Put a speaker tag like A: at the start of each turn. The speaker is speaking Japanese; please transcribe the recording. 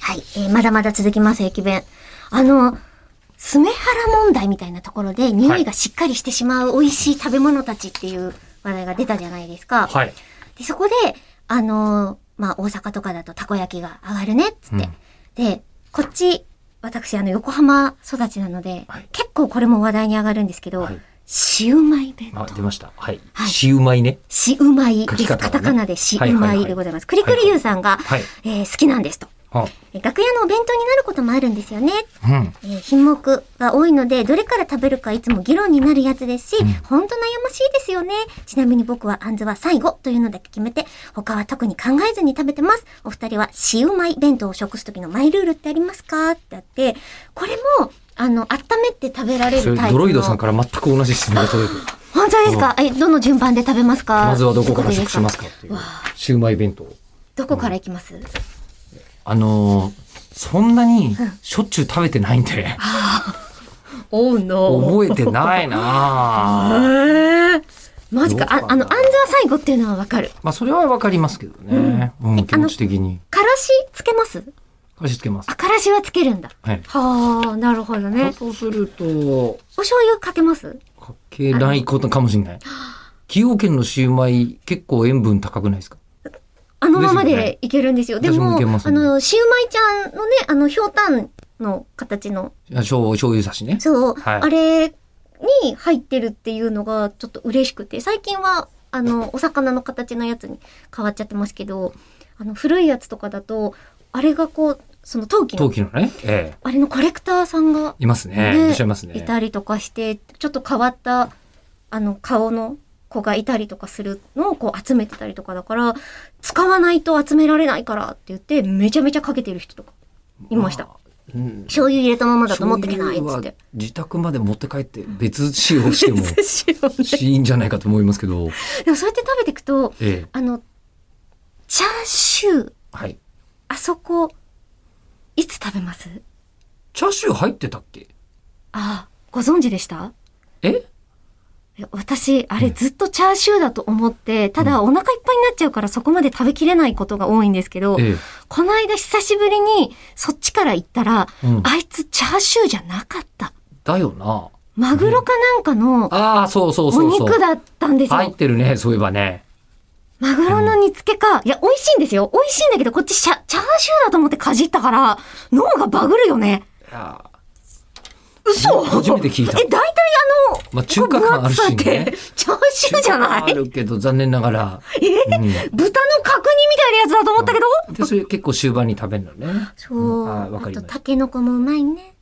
A: はい、えーまだまだ続きます、駅弁。あの、スメハラ問題みたいなところで、匂いがしっかりしてしまう美味しい食べ物たちっていう話題が出たじゃないですか。
B: はい。
A: で、そこで、あのーまあ、大阪とかだとたこ焼きが上がるね、っつって。で、こっち、私、あの、横浜育ちなので、
B: はい
A: 結構これも話題に上がるんですけど、
B: はい
A: シウマイ弁
B: あ、出
A: 当。
B: ました。はい
A: はい。
B: シウマイね。
A: シウマイ
B: 書
A: で
B: き
A: す。
B: 方がね
A: カタカナでシウ
B: は
A: マ
B: いはい
A: イ
B: はい
A: でございます。くりくりゆうさんが、
B: はい
A: えー好きなんですと。
B: あ
A: え楽屋のお弁当になることもあるんですよね。
B: うん。
A: えー品目が多いので、どれから食べるかいつも議論になるやつですし、ほんと悩ましいですよね。ちなみに僕はあんずは最後というのだけ決めて、他は特に考えずに食べてます。お二人はシウマイ弁当を食す時のマイルールってありますかってあって、これも、あの、温めて食べられ
B: それ
A: るタイプの。
B: ドロイドさんから全く同じ質問が届いてる。
A: 本当ですかえ、どの順番で食べますか
B: まずはどこから食しますかっていう
A: わ。
B: シウマイ弁当。
A: どこから行きます、
B: あのー、そんなにしょっちゅう食べてないんで、
A: おうの。
B: 覚えてない
A: え
B: なぁ
A: ー、マジか。あ
B: どう、かな
A: あの、あんずは最後っていうのはわかる。
B: まあ、それはわかりますけどね。うん、気持ち的に。
A: からしつけます
B: 貸し付けます
A: あ、。からしはつけるんだ。
B: はい。
A: はあ、なるほど
B: だ
A: ね。
B: とすると、
A: お醤油かけます
B: かけないことかもしれない。崎陽軒のシウマイ、結構塩分高くないですか
A: あのまま
B: ですよね
A: でいけるんですよ。で
B: 私も
A: も、
B: いけます
A: あ
B: ね
A: の、シウマイちゃんのね、あの、ひょうたんの形の、
B: あ醤油醤油差しね。
A: そう、
B: はい
A: あれに入ってるっていうのがちょっと嬉しくて、最近は、あの、お魚の形のやつに変わっちゃってますけど、あの、古いやつとかだと、あれがこう、その陶器
B: 陶
A: の、
B: 器のね。ええ。
A: あれのコレクターさんが
B: いますね。いらっしゃいますね。
A: いたりとかして、ちょっと変わった、あの、顔の子がいたりとかするのをこう集めてたりとかだから、使わないと集められないからって言って、めちゃめちゃかけてる人とかいました。
B: うん
A: 醤油入れたままだと持ってけないっつっ
B: 醤油は
A: て。
B: 自宅まで持って帰って別使用して も
A: 塩ね
B: しいいんじゃないかと思いますけど、
A: でもそうやって食べていくと、
B: ええ、
A: あの、チャーシュー、
B: はい。
A: あそこ、いつ食べます
B: チャーシュー入ってたっけ
A: ああ、ご存知でした
B: え
A: いや私、あれずっとチャーシューだと思って、ただお腹いっぱいになっちゃうからそこまで食べきれないことが多いんですけど、
B: ええ。
A: この間久しぶりにそっちから行ったら、
B: うん
A: あいつチャーシューじゃなかった。
B: だよな。
A: マグロかなんかの
B: ああ、そうそう
A: お
B: そうそう。
A: 肉だったんですよ。
B: 入ってるね、そういえばね。
A: マグロの煮付けか。いや、美味しいんですよ。美味しいんだけど、こっちシャチャーシューだと思ってかじったから、脳がバグるよね。
B: いや
A: 嘘
B: 初めて聞いた
A: え、大体あの、
B: まあ中華感あるしね
A: この分厚さってチャーシューじゃない
B: あるけど、残念ながら。うん
A: 豚の角煮みたいなやつだと思ったけど、
B: で、それ結構終盤に食べるのね。
A: そう。
B: あーわかり
A: あと、
B: ます
A: タケノコもうまいね。